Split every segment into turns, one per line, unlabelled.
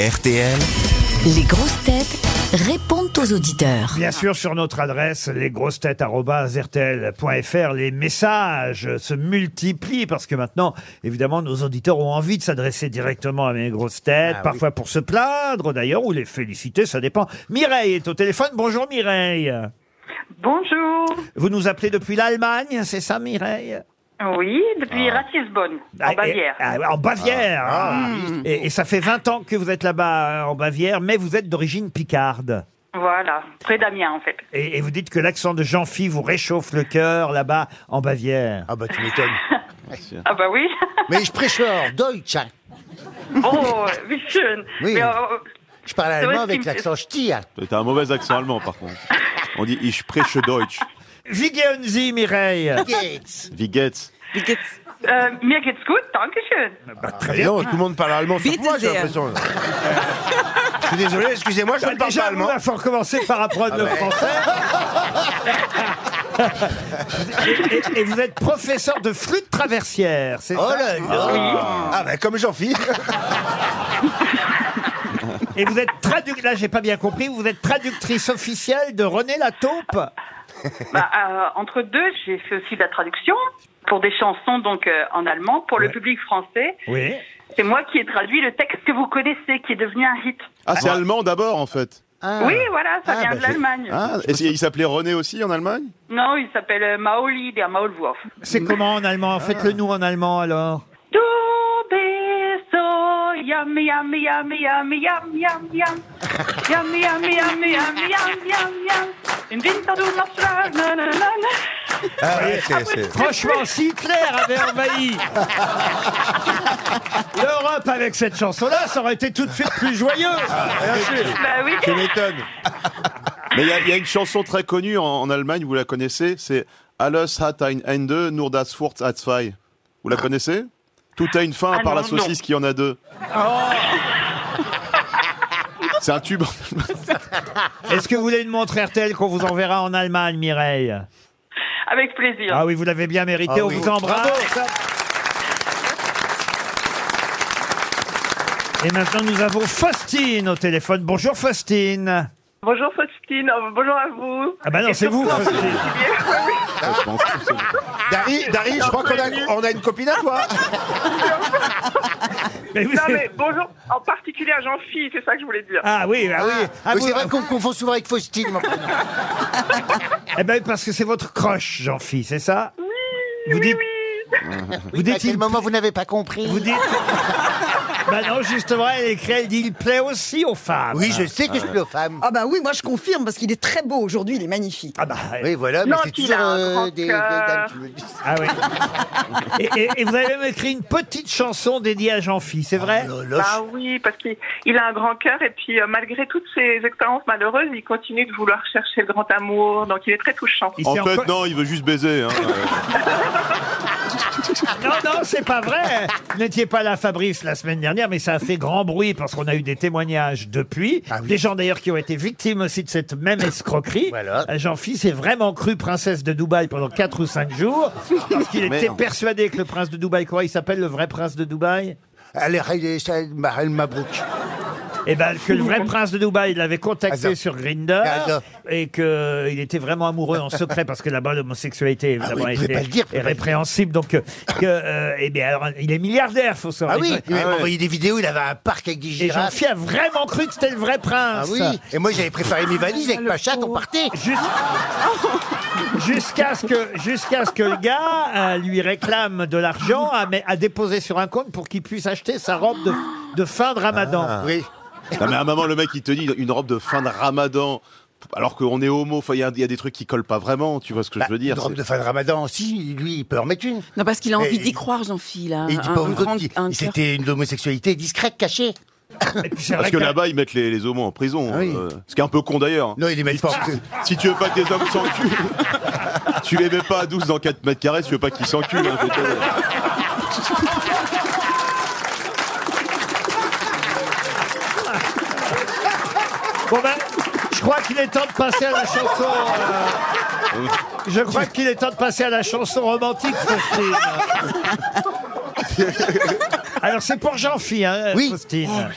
RTL.
Les grosses têtes répondent aux auditeurs.
Bien sûr, sur notre adresse, lesgrossetêtes.fr, les messages se multiplient parce que maintenant, évidemment, nos auditeurs ont envie de s'adresser directement à mes grosses
Ah
têtes, parfois pour se plaindre d'ailleurs ou les féliciter, ça dépend. Mireille est au téléphone. Bonjour Mireille.
Bonjour.
Vous nous appelez depuis l'Allemagne, c'est ça Mireille
Oui, depuis Ratisbonne,
Ah,
en
et-
Bavière.
ah, en Bavière.
Ah.
hein. Et, et ça fait 20 ans que vous êtes là-bas euh, en Bavière, mais vous êtes d'origine picarde.
Voilà, près d'Amiens en fait.
Et, et vous dites que l'accent de Jean-Phi vous réchauffe le cœur là-bas en Bavière.
Ah bah tu m'étonnes.
Ah bah oui.
Mais je prêche leur Deutsch. hein.
Oh, wie schön.
Oui.
Mais, euh,
Je parle
vrai
allemand
qu'il
avec
me-
l'accent ch'ti. hein.
T'as un mauvais accent allemand, par contre. On dit Ich spreche Deutsch.
Vigenzi, Mireille.
Geht's.
Wie geht's
euh, mir geht's gut, danke schön.
Ah
Très Non, tout le monde parle allemand, sauf moi, j'ai l'impression. je suis désolé, excusez-moi, je ne parle pas
Déjà, il
allemand.
va falloir commencer par
Ah
apprendre le français. et, et- et vous êtes professeur de flûte traversière, c'est
Oh
ça
là là.
Ah bah comme Jean-Philippe.
Et vous êtes traductrice, là j'ai pas bien compris, vous êtes traductrice officielle de René Lataupe
Bah, euh, entre deux, j'ai fait aussi de la traduction pour des chansons donc euh, en allemand pour le public français.
Oui.
C'est moi qui ai traduit le texte que vous connaissez, qui est devenu un hit.
Ah, c'est allemand d'abord, en fait.
Ah.
Oui, voilà, ça
Ah,
vient
bah,
de
j'ai-
l'Allemagne.
Ah, et c'est- il s'appelait René aussi en Allemagne
Non, il s'appelle euh, Maoli der Maulwurf.
C'est comment en allemand Faites-le nous en allemand alors.
Du bist so yum, yum, yum, yum, yum, yum, yum. Yum, yum, yum, yum, yum, yum, yum. Im Winter du machst ra- na, na, na, na.
Ah ouais, c'est- c'est-
Franchement, si Hitler avait envahi l'Europe avec cette chanson-là, ça aurait été tout de suite plus joyeux.
Ah,
Bah oui.
Tu m'étonnes.
Mais il y a- il y, a une chanson très connue en, en Allemagne, vous la connaissez, c'est Alles hat ein Ende, nur das Furz hat zwei. Vous la connaissez Tout a une fin, à
Ah
part la
non, Oh.
saucisse qui en a deux. C'est un tube.
Est-ce que vous voulez une montre RTL qu'on vous enverra en Allemagne, Mireille
Avec plaisir.
Ah oui, vous l'avez bien mérité,
Ah
on
oui.
vous embrasse. Et maintenant, nous avons Faustine au téléphone. Bonjour Faustine.
Bonjour Faustine, Oh, bonjour à vous.
Ah bah non, c'est vous, Faustine.
Je pense que c'est-
Dari, Dari, je crois qu'on a, on a une copine à toi.
Mais vous-
Non, mais bonjour, en particulier à Jean-Phi, c'est ça que je voulais dire.
Ah oui, ah oui. Ah,
Oui,
vous-
c'est vrai qu'on me confond souvent avec Faustine. mon prénom.
Eh ben parce que c'est votre croche, Jean-Phi, c'est ça Oui. Vous dites, vous
à
dites,
quel
il-
moment vous n'avez pas compris
vous dites. bah non, justement, elle écrit, elle dit, il plaît aussi aux femmes.
Oui, je sais que je suis aux femmes.
Ah bah oui, moi je confirme parce qu'il est très beau aujourd'hui, il est magnifique.
Ah bah.
Oui, voilà, mais
Non,
c'est
qu'il
toujours
a un
euh,
grand
des, des
cœur.
dames qui me disent.
Ah oui. et, et- et vous avez même écrit une petite chanson dédiée à Jean-Phi, c'est vrai
Loloche.
Bah oui, parce qu'il il a un grand cœur et puis euh, malgré toutes ses expériences malheureuses, il continue de vouloir chercher le grand amour, donc il est très touchant.
Il
En
s'est
fait,
encore-
non, il veut juste baiser. hein.
Non, non, c'est pas vrai. Vous n'étiez pas là, Fabrice, la semaine dernière, mais ça a fait grand bruit parce qu'on a eu des témoignages depuis.
Ah oui.
Des gens d'ailleurs qui ont été victimes aussi de cette même escroquerie.
Voilà.
Euh, Jean-Fils s'est vraiment cru princesse de Dubaï pendant 4 ou 5 jours parce qu'il était
Merde.
persuadé que le prince de Dubaï, quoi, il s'appelle le vrai prince de Dubaï
Allez, allez, ça, Marel Mabrouk.
Et ben que le vrai prince de Dubaï, il l'avait contacté
Azor.
sur Grinder
Azor.
et que euh, il était vraiment amoureux en secret parce que là-bas l'homosexualité évidemment
Ah oui, il pouvait
était
pas le dire, il pouvait
est
pas le
répréhensible. Donc euh, et eh bien alors il est milliardaire, faut savoir.
Ah oui, il m'a
ouais.
envoyé des vidéos, il avait un parc avec des
Et jean
girafes.
pierre a vraiment cru que c'était le vrai
Ah
prince.
oui, et moi j'avais préparé mes valises avec ma chatte, on partait.
Jus- Jusqu'à ce que jusqu'à ce que le gars euh, lui réclame de l'argent à, mais- à déposer sur un compte pour qu'il puisse acheter sa robe de, de fin de Ramadan.
Oui.
Non, mais à un moment, le mec, il te dit une robe de fin de ramadan, alors qu'on est homo. Enfin, Il y, a- il y a des trucs qui collent pas vraiment, tu vois ce que
Bah,
je veux dire
Une robe
c'est-
de fin de ramadan, si, lui, il peut en mettre une.
Non, parce qu'il a
Et
envie
il-
d'y croire, Jean-Phil. là.
Et il dit
Un-
pas
un
aux
grand-
autres, il-
un
il-
cœur.
c'était une homosexualité discrète, cachée.
Et puis c'est
Parce
vrai
que
que-
là-bas, ils mettent les, les homos en prison.
Ah oui.
euh, ce qui est un peu con d'ailleurs. hein.
Non, il les met pas. en-
Si tu veux pas que des hommes s'enculent, tu les mets pas à 12 dans 4 mètres carrés, si tu veux pas qu'ils s'enculent. hein, je veux dire.
Bon ben, je crois qu'il est temps de passer à la chanson. euh, Je crois qu'il est temps de passer à la chanson romantique. Faustine. Alors c'est pour Jean-Phi, hein,
Oui.
Faustine.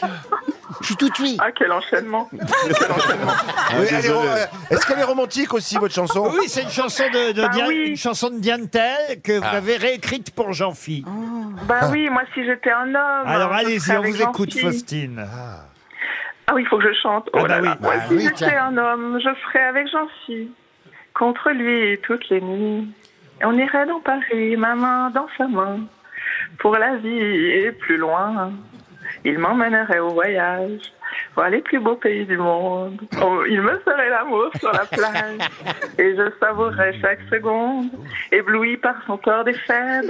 Je suis tout de suite.
Ah, quel enchaînement.
Ah,
Oui, elle est
Ah, désolé.
ro- euh, Est-ce qu'elle est romantique aussi, votre chanson
Oui, c'est une chanson de, de
Ah
Diane,
oui.
une chanson de Diane Tell que vous avez réécrite pour Jean-Phi.
Bah oui, moi, si j'étais un homme.
Alors
hein, je
allez-y,
serais
on
avec
vous écoute,
Jean-Phi.
Faustine.
Ah oui, il faut que je chante. Oh
Ah bah
là
oui.
là. Moi,
Ah
si
oui,
j'étais
tiens.
un homme, je serais avec Jean-Phi. Contre lui, toutes les nuits. Et on irait dans Paris, ma main dans sa main. Pour la vie et plus loin. Il m'emmènerait au voyage. Voir les plus beaux pays du monde. Oh, il me ferait l'amour sur la plage. Et je savourerais chaque seconde. Ébloui par son corps défaite.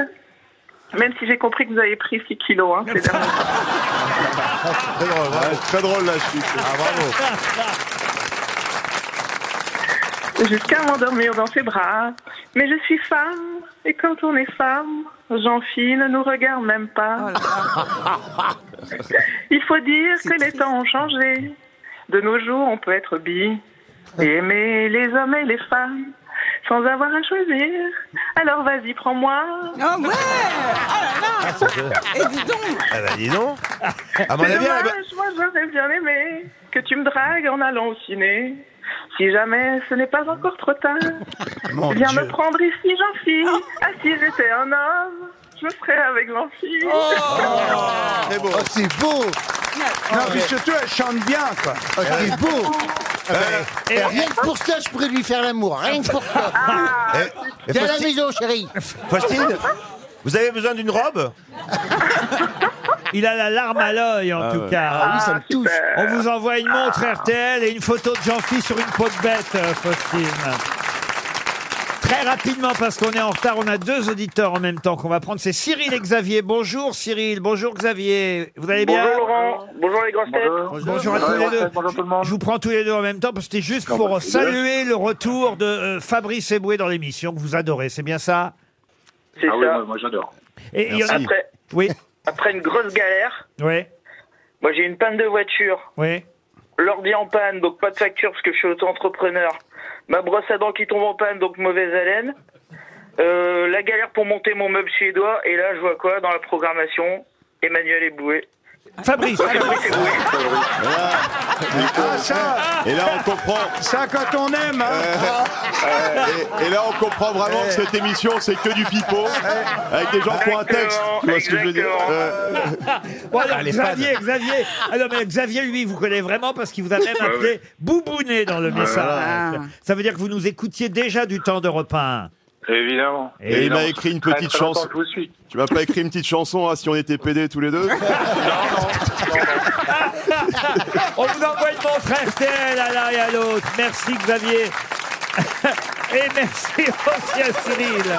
Même si j'ai compris que vous avez pris 6 kilos, hein, ces derniers
Très drôle,
Ah,
bravo.
très drôle la suite.
Ah, bravo.
jusqu'à m'endormir dans ses bras. Mais je suis femme, et quand on est femme, Jean-Phi ne nous regarde même pas. Il faut dire que les temps ont changé. De nos jours, on peut être bi et aimer les hommes et les femmes sans avoir à choisir. Alors vas-y, prends-moi.
Ah ouais Ah là là Et dis donc
Ah bah dis donc. À mon
C'est
avis, elle a-
dommage, moi j'aurais bien aimé que tu me dragues en allant au ciné. Si jamais ce n'est pas encore trop tard, viens me prendre ici, Jean-Fille. Ah, si j'étais un homme, je serais avec Jean-Fille.
très beau. Eh,
Oh, c'est beau.
Non, mais surtout, elle chante bien, quoi.
Oh, c'est beau. Ah, ben, rien que pour ça, je pourrais lui faire l'amour. Rien que pour ça. Ah,
Eh,
Viens à la
Faustine,
maison, chérie.
Faustine, vous avez besoin d'une robe
Il a la larme à l'œil en tout cas.
Ah oui, ça me touche.
On vous envoie une montre RTL et une photo de Jean-Phi sur une peau de bête, euh, Faustine. Très rapidement, parce qu'on est en retard, on a deux auditeurs en même temps qu'on va prendre. C'est Cyril et Xavier. Bonjour Cyril, bonjour Xavier. Vous
Eh
allez bien
Laurent, bonjour les grosses têtes.
Bonjour à tous les deux.
Bonjour tout le monde.
Je vous prends tous les deux en même temps, parce que c'était juste
Non,
pour
bah, c'est bien.
saluer le retour de euh, Fabrice Eboué dans l'émission que vous adorez. C'est bien ça
C'est
Ah oui,
ça.
moi, moi j'adore.
Et il y en a-
Merci.
Après,
Oui,
après une grosse galère,
oui,
moi j'ai une panne de voiture,
oui.
l'ordi en panne, donc pas de facture parce que je suis auto-entrepreneur, ma brosse à dents qui tombe en panne, donc mauvaise haleine, euh, la galère pour monter mon meuble suédois, et là je vois quoi dans la programmation Emmanuel Eboué.
Fabrice,
Fabrice Eboué.
Ah, ça,
Et là, on comprend.
ça quand on aime, hein.
Euh, et, et là, on comprend vraiment que cette émission, c'est que du pipeau, avec des gens qui ont un texte. Tu vois ce que je veux dire
Exactement.
Euh,
Bon, alors,
Ah, les
Xavier, Xavier. Alors, mais Xavier, lui, il vous connaît vraiment parce qu'il vous a même appelé Boubounet dans le message.
Ah.
Ça veut dire que vous nous écoutiez déjà du temps d'Europe 1.
Évidemment.
Et il m'a écrit une petite chanson.
vous suis.
Tu m'as pas écrit une petite chanson hein, si on était PD tous les deux
On vous envoie une montre RTL à l'un et à l'autre. Merci, Xavier. Et merci aussi à Cyril.